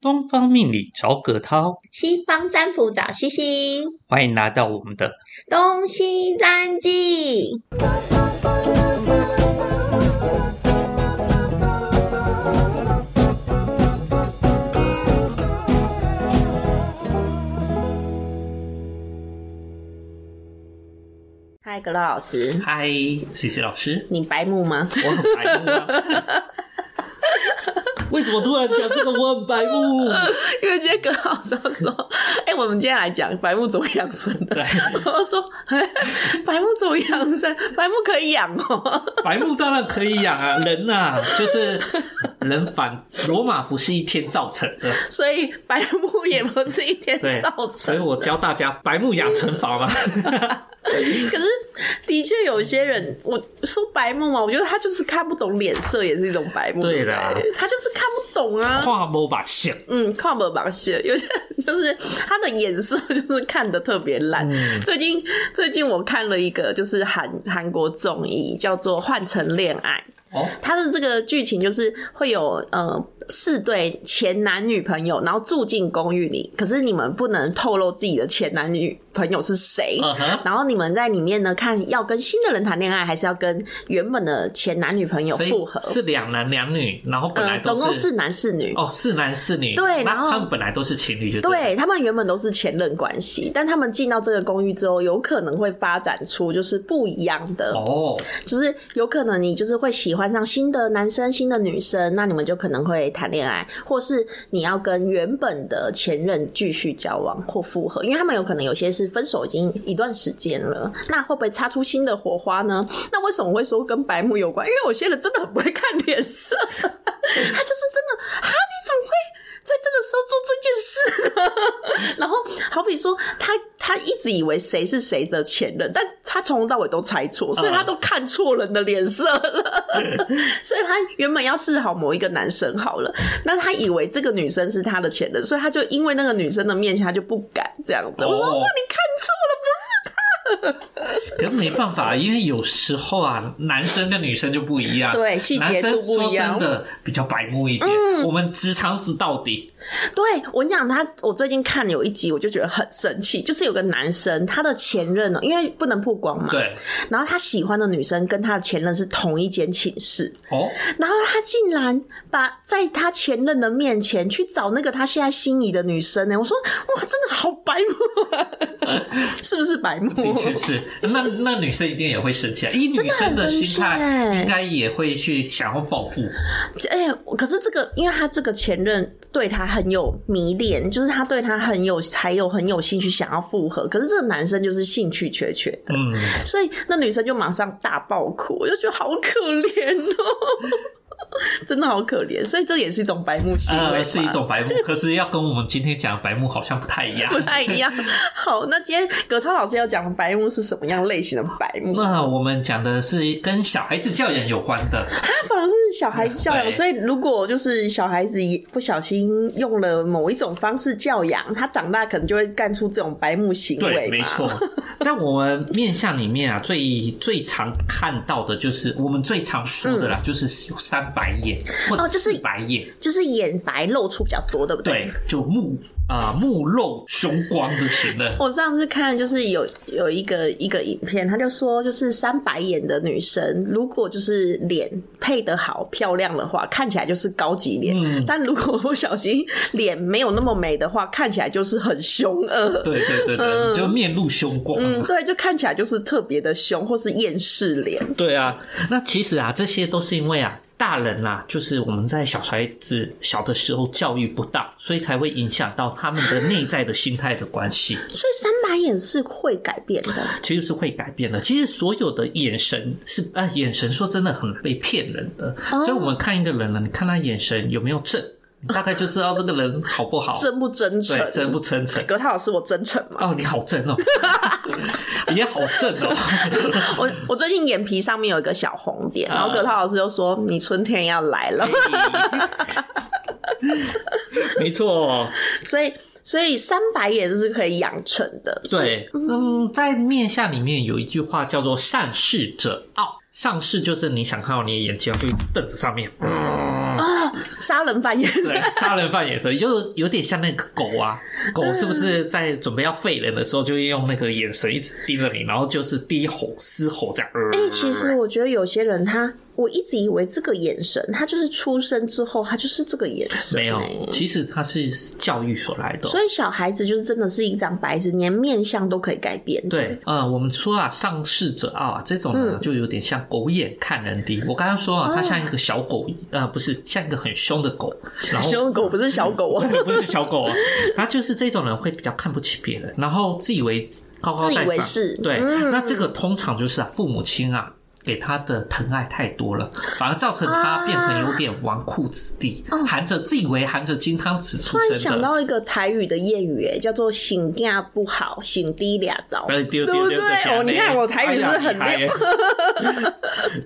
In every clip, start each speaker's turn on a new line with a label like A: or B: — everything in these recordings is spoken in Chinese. A: 东方命理找葛涛，
B: 西方占卜找西西，
A: 欢迎来到我们的
B: 东西占记。嗨，格罗老师，
A: 嗨，西西老师，
B: 你白目吗？
A: 我很白目 啊。为什么突然讲这个？我很白目。
B: 因为今天格老师说，哎、我们今天来讲白目怎么养生的。
A: 对，
B: 我说，哎白目怎么养生？白目可以养哦。
A: 白目当然可以养啊， 人啊，就是人反罗马不是一天造成的。
B: 所以白目也不是一天
A: 对
B: 造，
A: 所以
B: 成。
A: 我教大家白目养成法 嘛。
B: 可是的确有些人，我说白目嘛，我觉得他就是看不懂脸色，也是一种白目。
A: 对
B: 不
A: 啦
B: 他就是看不懂啊。
A: 跨摸把线，
B: 嗯，看不懂些，有些人就是他的眼色就是看的特别烂。
A: 嗯
B: 最近最近我看了一个就是韩韩国综艺，叫做《换乘恋爱》。
A: 哦，
B: 它的这个剧情就是会有呃四对前男女朋友，然后住进公寓里，可是你们不能透露自己的前男女朋友是谁。
A: 嗯哼，
B: 然后你们在里面呢，看要跟新的人谈恋爱，还是要跟原本的前男女朋友
A: 所以
B: 复合？
A: 是两男两女，然后本来
B: 嗯，
A: 都
B: 总共四男四女。
A: 哦，是男是女，
B: 对
A: 那
B: 然后
A: 他们本来都是情侣就了
B: 对他们原本都是前任关系，但他们进到这个公寓之后，有可能会发展出就是不一样的
A: 哦，
B: 就是有可能你就是会喜欢上新的男生、新的女生，那你们就可能会谈恋爱，或是你要跟原本的前任继续交往或复合，因为他们有可能有些是分手已经一段时间了，那会不会擦出新的火花呢？那为什么我会说跟白目有关？因为有些人真的很不会看脸色，他就是真的啊，你怎么会？在这个时候做这件事呢，然后好比说他他一直以为谁是谁的前任，但他从头到尾都猜错，所以他都看错人的脸色了。所以他原本要示好某一个男生好了，那他以为这个女生是他的前任，所以他就因为那个女生的面前，他就不敢这样子。我说
A: 哦
B: 哇，你看错了不是？
A: 可是没办法，因为有时候啊，男生跟女生就不一样，
B: 对细节
A: 男生
B: 度不一样嗯
A: 说真的比较白目一点，我们直肠子到底，
B: 对我跟你讲他，我最近看有一集，我就觉得很生气，就是有个男生他的前任呢，哦因为不能曝光嘛，
A: 对，
B: 然后他喜欢的女生跟他的前任是同一间寝室，
A: 哦，
B: 然后他竟然把在他前任的面前去找那个他现在心仪的女生呢、我说哇，真的好白目、啊， 是不是白
A: 的
B: 目？
A: 确 是，那那女生一定也会生气，啊，以女生的心
B: 真的很生气
A: 态，
B: 欸
A: 应该也会去想要报复，
B: 哎、可是这个，因为他这个前任对他很有迷恋，就是他对他很有，还有很有兴趣想要复合，可是这个男生就是兴趣缺缺的，
A: 嗯，
B: 所以那女生就马上大爆哭，我就觉得好可怜哦。 真的好可怜，所以这也是一种白目行为吧、
A: 呃，是一种白目，可是要跟我们今天讲的白目好像不太一样
B: 不。太一样。好，那今天葛涛老师要讲的白目是什么样类型的白目？
A: 那我们讲的是跟小孩子教养有关的，
B: 他反而是小孩子教养，
A: 对
B: 所以如果就是小孩子也不小心用了某一种方式教养，他长大可能就会干出这种白目行
A: 对，
B: 为嘛。
A: 没错。 在我们面相里面啊，最最常看到的就是我们最常说的啦，就是有三白眼或者
B: 嗯哦就是
A: 四白眼，
B: 就是眼白露出比较多，对不对？
A: 对，就目啊、目露凶光就行 了。
B: 我上次看就是有有一个一个影片，他就说就是三白眼的女生，如果就是脸配得好漂亮的话，看起来就是高级脸；
A: 嗯
B: 但如果不小心脸没有那么美的话，看起来就是很凶恶。
A: 对对对对，就面露凶光。
B: 嗯，对，就看起来就是特别的凶，或是厌世脸。
A: 对啊，那其实啊，这些都是因为啊，大人啊，就是我们在小孩子小的时候教育不当，所以才会影响到他们的内在的心态的关系。
B: 所以三白眼是会改变的。
A: 其实是会改变的。其实所有的眼神是啊、眼神说真的很被骗人的。
B: 哦
A: 所以我们看一个人呢，你看他眼神有没有正，你大概就知道这个人好不好，
B: 真不真诚
A: 对，？真不真诚。
B: 葛涛老师，我真诚吗？
A: 哦，你好正 哦，也好正哦，
B: 我我最近眼皮上面有一个小红点，然
A: 嗯
B: 后葛涛老师就说：“你春天要来了。”
A: 没错。哦
B: 所以所以三白眼是可以养成的。
A: 对，嗯，在面相里面有一句话叫做“善事者傲”，上视就是你想看到你的眼睛就一直瞪着上面，
B: 杀人犯也是
A: 对，杀人犯也是，就有点像那个狗 啊，狗是不是在准备要吠人的时候，就会用那个眼神一直盯着你，然后就是低吼、嘶吼这样。哎、
B: 哎、其实我觉得有些人他，我一直以为这个眼神，他就是出生之后，他就是这个眼神、
A: 没有
B: 欸，
A: 其实它是教育所来的。
B: 所以小孩子就是真的是一张白纸，连面相都可以改变。，
A: 对，呃，我们说啊，上视者傲啊，这种
B: 嗯
A: 呢、就有点像狗眼看人低。我刚刚说啊，它像一个小狗，呃，不是像一个很凶的狗，然后
B: 小狗不是小狗 啊，
A: 不是小狗啊，他就是这种人会比较看不起别人，然后自以为高高在
B: 自以为
A: 上。
B: 是嗯
A: 对，那这个通常就是啊，父母亲啊。给他的疼爱太多了，反而造成他变成有点纨绔子弟，含着自以为含着金汤匙出
B: 啊突然
A: 生
B: 想
A: 的。
B: 到一个台语的谚语、欸，叫做“醒架不好，醒低俩糟”，
A: 呃
B: 对
A: 丢
B: 不
A: 丢丢
B: 对
A: 丢？丢
B: 哦，你看我台语是
A: 哎呀
B: 很
A: 厉害
B: 溜。
A: 耶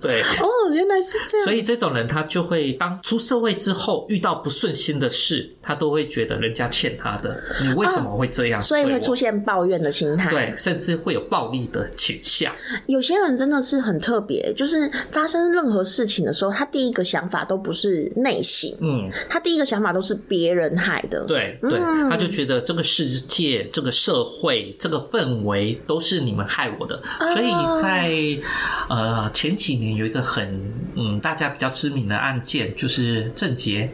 A: 对，
B: 哦，原来是这样。
A: 所以这种人他就会当出社会之后遇到不顺心的事，他都会觉得人家欠他的，你为什么会这样
B: 啊所
A: 对
B: 以
A: 啊我？
B: 会出现抱怨的心态。，
A: 对，甚至会有暴力的倾向。
B: 有些人真的是很特别，就是发生任何事情的时候，他第一个想法都不是内省，
A: 嗯，
B: 他第一个想法都是别人害的。，
A: 对对，
B: 嗯
A: 他就觉得这个世界、这个社会、这个氛围都是你们害我的。
B: 啊
A: 所以在呃前几年有一个很嗯大家比较知名的案件，就是郑杰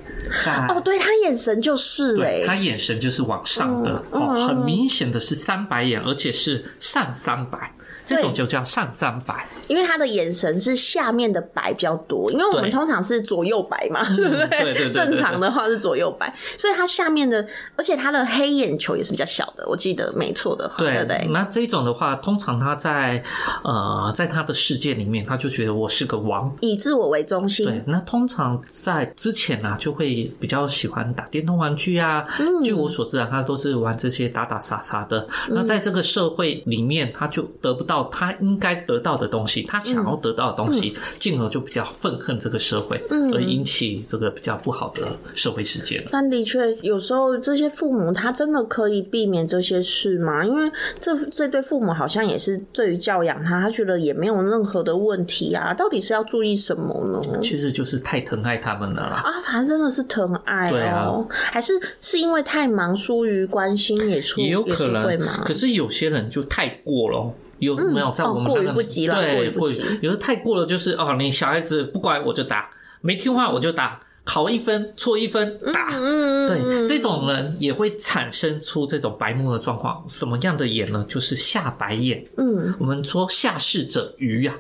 A: 在。
B: 哦，对他眼神就是哎、
A: 对他眼神就是往上的，
B: 嗯
A: 哦，
B: 嗯
A: 很明显的是三白眼，而且是上三白，这种就叫上三白。
B: 因为他的眼神是下面的白比较多，因为我们
A: 对
B: 通常是左右白嘛，对不
A: 嗯对对对对
B: 正常的话是左右白，所以他下面的，而且他的黑眼球也是比较小的，我记得没错的话，对不对？
A: 那这种的话，通常他在呃，在他的世界里面，他就觉得我是个王。
B: 以自我为中
A: 对
B: 心，，
A: 那通常在之前呢、啊，就会比较喜欢打电动玩具啊。据我所知啊，他都是玩这些打打杀杀的。那在这个社会里面，他就得不到他应该得到的东西，他想要得到的东西，进而就比较愤恨这个社会，而引起这个比较不好的社会事件了。
B: 但的确有时候这些父母他真的可以避免这些事吗？因为这这对父母好像也是对于教养他，他觉得也没有任何的问题啊，到底是要注意什么呢？
A: 其实就是太疼爱他们了啦。
B: 啊，反正真的是疼爱
A: 对
B: 哦，
A: 啊
B: 还是是因为太忙疏于关心也出
A: 也有可
B: 也是会
A: 能
B: 吗，
A: 可？是有些人就太过了哦。有没有在我们那
B: 哦过于
A: 个、
B: 不及了
A: 对，
B: 过于不及
A: 有的太过了，就是哦，你小孩子不乖我就打，没听话我就打，考一分错一分打。
B: 嗯，
A: 对，这种人也会产生出这种白目的状况。什么样的眼呢？就是下白眼。
B: 嗯，
A: 我们说下视者愚啊，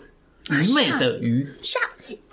A: 愚昧的愚。
B: 下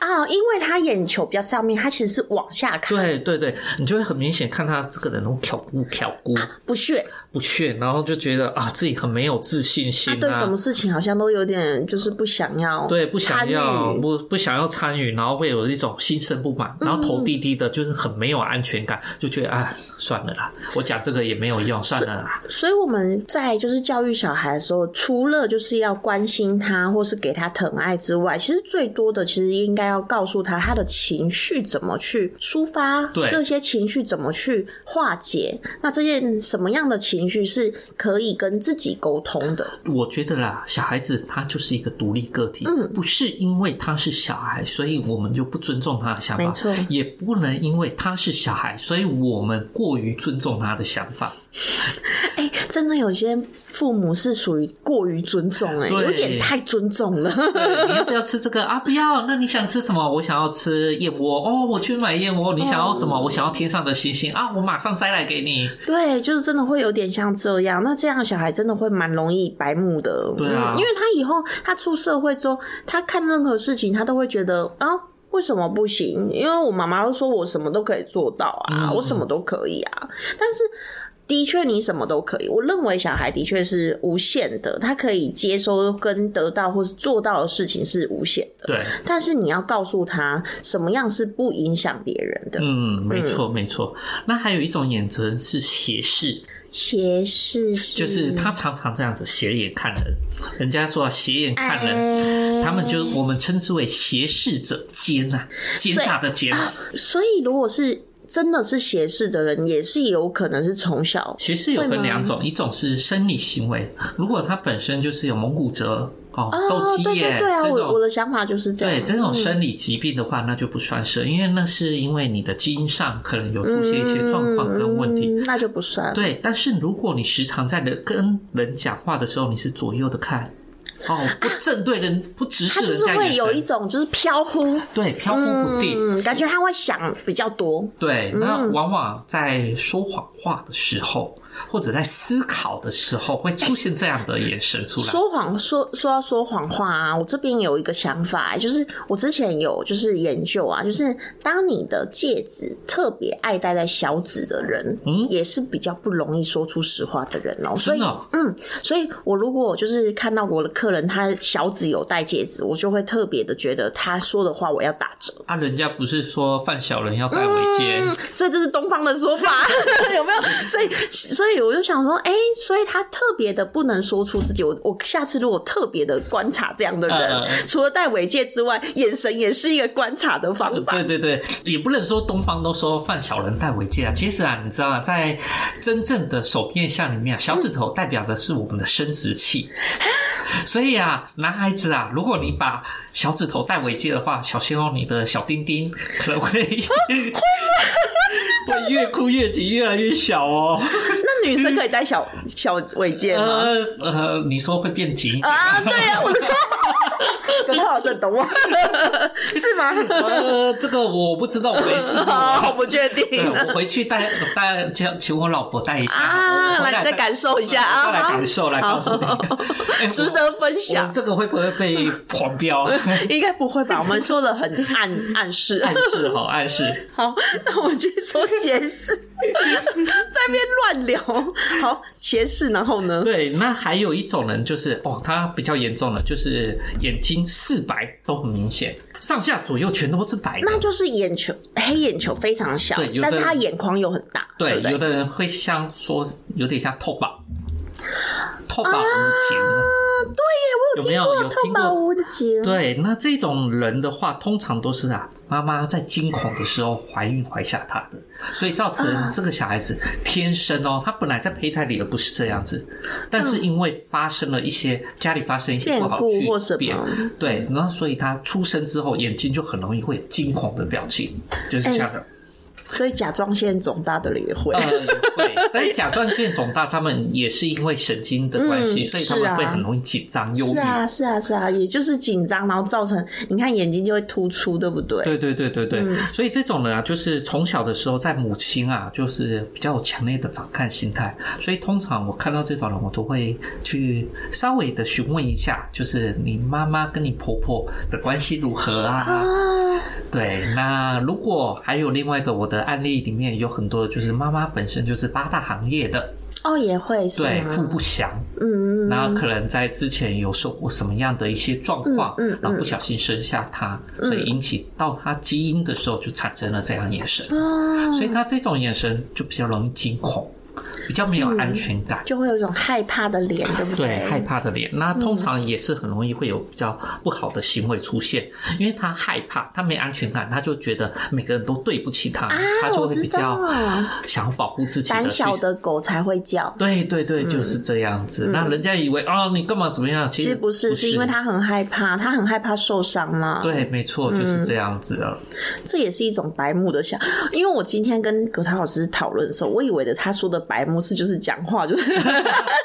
B: 啊、因为他眼球比较上面，他其实是往下看，
A: 对对对，你就会很明显看他这个人，都挑姑挑姑
B: 不屑，
A: 不屑，然后就觉得啊自己很没有自信心
B: 他
A: 啊，
B: 对什么事情好像都有点就是不想要，
A: 对，不想要
B: 参与
A: 不不想要参与，然后会有一种心生不满，然后头低低的，就是很没有安全感，就觉得哎，算了啦，我讲这个也没有用，算了啦。
B: 所以我们在就是教育小孩的时候，除了就是要关心他或是给他疼爱之外，其实最多的其实应该要告诉他他的情绪怎么去抒发，
A: 对
B: 这些情绪怎么去化解。那这些什么样的情绪是可以跟自己沟通的？
A: 我觉得啦，小孩子他就是一个独立个体，
B: 嗯
A: 不是因为他是小孩，所以我们就不尊重他的想
B: 没
A: 法
B: 错，
A: 也不能因为他是小孩，所以我们过于尊重他的想法。
B: 哎、真的有些父母是属于过于尊重、哎，
A: 对
B: 有点太尊重了。
A: 对你要不要吃这个啊？不要。那你想吃什么？我想要吃燕窝哦，我去买燕窝。你想要什
B: 嗯
A: 么？我想要天上的星星啊，我马上摘来给你。
B: 对，就是真的会有点像这样。那这样小孩真的会蛮容易白目的，
A: 对啊
B: 嗯因为他以后他出社会之后，他看任何事情他都会觉得啊。为什么不行？因为我妈妈都说我什么都可以做到啊，
A: 嗯
B: 我什么都可以啊。但是的确，你什么都可以。我认为小孩的确是无限的，他可以接收跟得到或是做到的事情是无限的。
A: 对，
B: 但是你要告诉他什么样是不影响别人的。
A: 嗯，没错没错。那还有一种眼神是斜视，
B: 斜视
A: 就是他常常这样子斜眼看人。人家说、啊、斜眼看
B: 哎
A: 人，
B: 人
A: 他们就我们称之为斜视者奸啊，奸诈的奸。
B: 所以如果是真的是斜视的人，也是有可能是从小
A: 斜视有
B: 会吗
A: 分两种，一种是生理行为，如果他本身就是有蒙古折哦，
B: 哦
A: 斗，鸡
B: 对
A: 眼
B: 对对啊，
A: 这
B: 我我嗯
A: 种。
B: 的想法就是这样。
A: 对这种生理疾病的话，那就不算是，因为那是因为你的基因上可能有出现一些状况跟问题。
B: 嗯嗯那就不算。
A: 对，但是如果你时常在人跟人讲话的时候，你是左右的看，哦，不正对人，不直
B: 啊他
A: 视
B: 就
A: 人
B: 是
A: 家
B: 会
A: 眼
B: 有一
A: 神，
B: 种就是飘忽，
A: 对，飘忽不定。
B: 嗯，感觉他会想比较多，
A: 对，那往往在说谎话的时候，或者在思考的时候，会出现这样的眼神出来。
B: 说谎说说要说谎话啊，我这边有一个想法、哎就是我之前有就是研究啊，就是当你的戒指特别爱戴在小指的人，嗯，也是比较不容易说出实话的人哦、所
A: 真
B: 以
A: 的哦、
B: 嗯，所以我如果就是看到我的客人他小指有戴戒指，我就会特别的觉得他说的话我要打折，
A: 啊，人家不是说犯小人要戴围巾？
B: 嗯，所以这是东方的说法， 有没有？所以，所以我就想说，哎、所以他特别的不能说出自己。我我下次如果特别的观察这样的人，
A: 嗯嗯嗯
B: 除了戴尾戒之外，眼神也是一个观察的方法。
A: 呃对对对，也不能说东方都说犯小人戴围巾啊。其实啊，你知道啊，在真正的手面相里面啊，小指头代表的是我们的生殖器，所以啊，男孩子啊，如果你把小指头戴围巾的话，小心哦，你的小丁丁可 能会 会越哭越急，越来越小哦。
B: 那女生可以戴小小尾戒吗？
A: 呃呃，你说会变紧一点？
B: 啊，对啊，我说。葛涛老师很懂啊我， 是 吗？
A: 呃，这个我不知道，我没试过
B: 啊，
A: 啊。
B: 我不确
A: 对，
B: 定。
A: 我回去带带请请我老婆带一下
B: 啊
A: 我回
B: 来再感受一下啊
A: 再来感受，来告诉你
B: 好，
A: 哎
B: 值得分
A: 我。我
B: 享
A: 们，这个会不会被狂飙？ 暗
B: 应该不会吧？我们说的很暗暗示，
A: 示哈，暗示。
B: 好，那我们去说斜视，在那边乱聊。好，斜视，然后呢？
A: 对，那还有一种人就是哦，他比较严重了，就是眼睛四白都很明显，上下左右全都是白的。
B: 那就是眼球黑眼球非常小
A: 对，有的
B: 但是他眼眶又很大，
A: 对
B: 对不，对
A: 有？的人会像说有点像透宝，透宝无节目。
B: 啊，
A: 有
B: 对
A: 没
B: 耶，
A: 有
B: 我
A: 有
B: 透
A: 听过
B: 毛无节，
A: 对，那这种人的话，通常都是啊，妈妈在惊恐的时候怀孕怀下他的，所以造成这个小孩子天生哦，他本来在胚胎里的不是这样子，
B: 嗯
A: 但是因为发生了一些家里发生一些不好
B: 变故或
A: 的
B: 什
A: 巨
B: 么
A: 变，对，然后所以他出生之后眼睛就很容易会有惊恐的表情，就是像这
B: 哎
A: 样。
B: 所以甲状腺肿大的人也会。
A: 呃， 会，但是甲状腺肿大，他们也是因为神经的关系，
B: 嗯
A: 所以他
B: 是
A: 们
B: 啊
A: 会很容易紧张、忧
B: 是
A: 郁。
B: 啊，是啊，是啊，也就是紧张，然后造成你看眼睛就会突出，对不对？
A: 对对对对对，所以这种人啊，就是从小的时候，在母亲啊，就是比较有强烈的反抗心态，所以通常我看到这种人，我都会去稍微的询问一下，就是你妈妈跟你婆婆的关系如何啊？
B: 啊，
A: 对，那如果还有另外一个我的案例里面有很多，就是妈妈本身就是八大行业的，
B: 哦，也会是
A: 对，
B: 吗
A: 腹不祥，
B: 嗯，嗯
A: 然后可能在之前有受过什么样的一些状况，
B: 嗯
A: 然后不小心生下他，所以引起到他基因的时候就产生了这样眼神，
B: 嗯，
A: 所
B: 啊，
A: 以他这种眼神就比较容易惊恐，比较没有安全感。
B: 就会有一种害怕的脸，对不
A: 啊对，害怕的脸，那通常也是很容易会有比较不好的行为出现，因为他害怕，他没安全感，他就觉得每个人都对不起他，他就会比较
B: 啊我知道
A: 想要保护自己的，
B: 胆小
A: 去
B: 的狗才会叫。
A: 对对对，就是这样子。那人家以为啊、你干嘛怎么样？其
B: 嗯其
A: 实
B: 实不是，是因为他很害怕，他很害怕受伤嘛。，
A: 对，没
B: 嗯
A: 错，就是这样子啊 的。
B: 这也是一种白目的想。因为我今天跟葛涛老师讨论的时候，我以为的他说的白目是就是讲话就是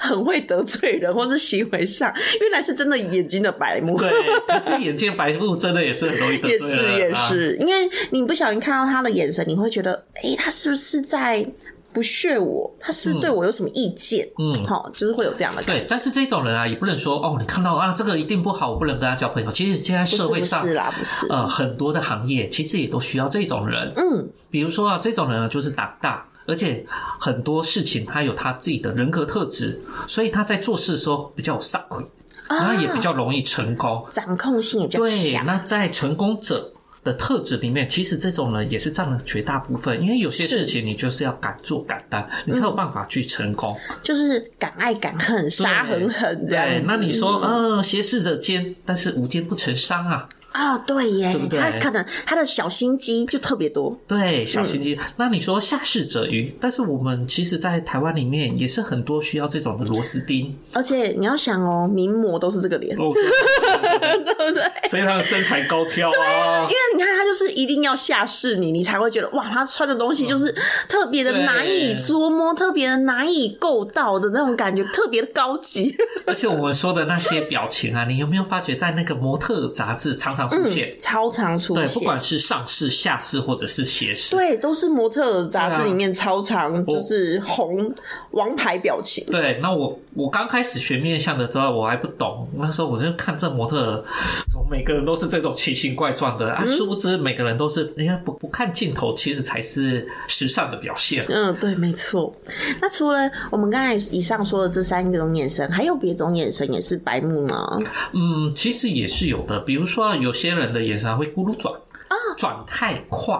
B: 很会得罪人，或是行为上，原来是真的眼睛的白目。
A: 对，可是眼见白目真的也是很容易得
B: 也
A: 罪
B: 是
A: 人
B: 也
A: 啊。
B: 是，因为你不小心看到他的眼神，你会觉得，诶，他是不是在不屑我？他是不是对我有什么意见？嗯，好，就是会有这样的感觉。
A: 对，但是这种人啊，也不能说哦，你看到啊，这个一定不好，我不能跟他交朋友。其实现在
B: 不是
A: 社会上
B: 不是啦，不是，
A: 呃，很多的行业其实也都需要这种人。
B: 嗯，
A: 比如说啊，这种人啊，就是胆大，而且很多事情他有他自己的人格特质，所以他在做事的时候比较有上轨，
B: 啊
A: 然后也比较容易成功。
B: 掌控性也比较
A: 对，
B: 强。
A: 那在成功者的特质里面，其实这种人也是占了绝大部分，因为有些
B: 是
A: 事情你就是要敢做敢担，你才有办法去成功。
B: 就是敢爱敢嗯恨、杀狠狠这样
A: 对呃
B: 子。，嗯
A: 那你说，嗯，斜视着奸，但是无奸不成商啊。
B: 哦，对耶，
A: 对不对
B: 他可能他的小心机就特别多，
A: 对，小心
B: 嗯
A: 机。那你说下士者愚，但是我们其实，在台湾里面也是很多需要这种的螺丝钉，
B: 而且你要想哦，名模都是这个脸，
A: 哦，
B: 对不对？
A: 所以他的身材高挑啊
B: 因。为你看他就是一定要下视你，你才会觉得哇，他穿的东西就是特别的
A: 对
B: 难以捉摸，特别的难以够到的那种感觉，特别的高级。
A: 而且我们说的那些表情啊，你有没有发觉，在那个模特杂志常常出现？
B: 嗯超常出
A: 对，不
B: 现，
A: 管是上市、下市或者是斜视，
B: 对，都是模特儿杂志里面超常
A: 啊我
B: 就是红王牌表情。
A: 对，那我我刚开始学面相的时候，我还不懂，那时候我就看这模特儿，怎么每个人都是这种奇形怪状的啊？
B: 嗯
A: 殊不知每个人都是，人家不不看镜头，其实才是时尚的表现。
B: 嗯，对，没错。那除了我们刚才以上说的这三种眼神，还有别种眼神也是白目吗？
A: 嗯，其实也是有的，比如说有些人的眼神会咕噜转啊，转太快，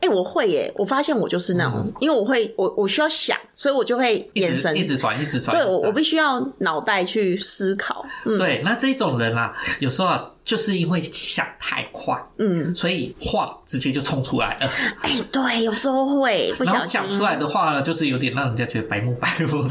B: 哎、我会耶，我发现我就是那种，因为我会，我我需要想，所以我就会
A: 嗯一直
B: 眼神
A: 一直转，一直转。
B: 对
A: 一直
B: 我，我
A: 转
B: 必须要脑袋去思考。嗯
A: 对，那这种人啊，有时候啊，就是因为想太快，
B: 嗯，
A: 所以话直接就冲出来呃了。
B: 哎、对，有时候会不
A: 然后
B: 小心
A: 讲。出来的话呢，就是有点让人家觉得白目白 目。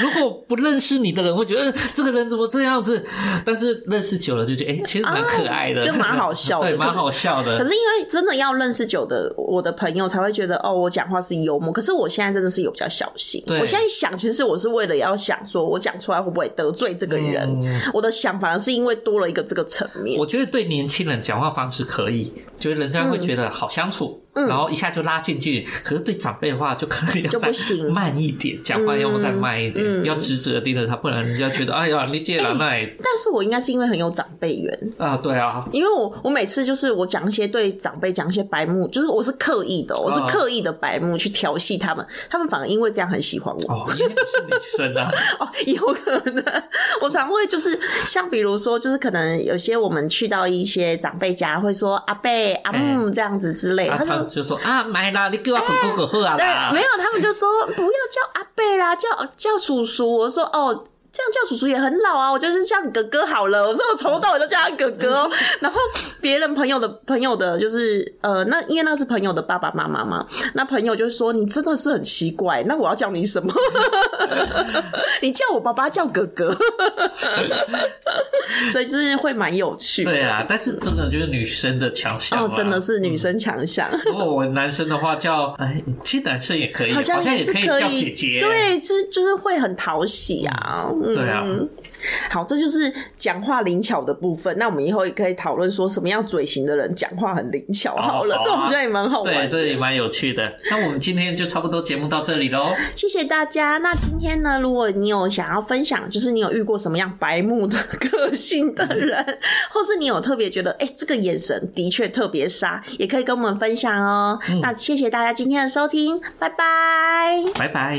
A: 如果不认识你的人会觉得、呃这个人怎么这样子，但是认识久了就觉得哎、其实蛮可爱的，
B: 啊就蛮好笑的
A: 对，蛮好笑
B: 可
A: 的。
B: 是因为真的要认识久的我的朋友才会觉得哦，我讲话是幽默。可是我现在真的是有比较小心。
A: 对
B: 我现在想，其实我是为了要想说，我讲出来会不会得罪这个人？我的想反而是因为多了一个这个层面。
A: 嗯我觉得对年轻人讲话方式可以，就是人家会觉得好相处，然后一下就拉近距离。可是对长辈的话，就可能要
B: 嗯就不
A: 再
B: 行嗯
A: 慢一点，讲话要再慢一点，要直直的盯着他，不然人家觉得哎呀，你这人那
B: 但是我应该是因为很有长辈缘，
A: 啊，对啊，
B: 因为我我每次就是我讲一些对长辈讲一些白目，就是我是刻意的哦、我是
A: 啊
B: 刻意的白目去调戏他们，他们反而因为这样很喜欢我。
A: 哦，因为你是女生啊，
B: 哦，有可能。我常会就是像比如说，就是可能有些我们去到一些长辈家，会说阿贝、阿姆这样子之类，
A: 啊
B: 哎他
A: 他
B: 就。
A: 就说啊，买啦，你给我滚滚滚喝啊
B: 对，
A: 啦
B: 没，有，他们就说不要叫阿贝啦，叫叫叔叔。我说哦，这样叫叔叔也很老啊，我就是叫你哥哥好了。我说我从头到尾都叫他哥哥哦、然后别人朋友的朋友的，就是呃，那因为那是朋友的爸爸妈妈嘛，那朋友就说你真的是很奇怪，那我要叫你什么？ 你叫我爸爸叫哥哥，所以就是会蛮有趣的。
A: 对啊，但是真的就是女生的强项、啊
B: 哦，真的。是女生强项。
A: 如果我男生的话叫，哎，其实男生也可以，好
B: 好像
A: 也
B: 是
A: 可以叫姐姐。
B: 对，是就是会很讨喜啊。嗯、
A: 对啊，
B: 好，这就是讲话灵巧的部分。那我们以后也可以讨论说什么样嘴型的人讲话很灵巧。好了，
A: 好啊
B: 这我们觉得也蛮好
A: 对，
B: 玩
A: 这
B: 的
A: 也。蛮有趣的。那我们今天就差不多节目到这里喽。
B: 谢谢大家。那今天呢，如果你有想要分享，就是你有遇过什么样白目的个性的人， 或是你有特别觉得，哎、这个眼神的确特别杀，也可以跟我们分享哦。
A: 嗯
B: 那谢谢大家今天的收听，拜拜。
A: 拜拜。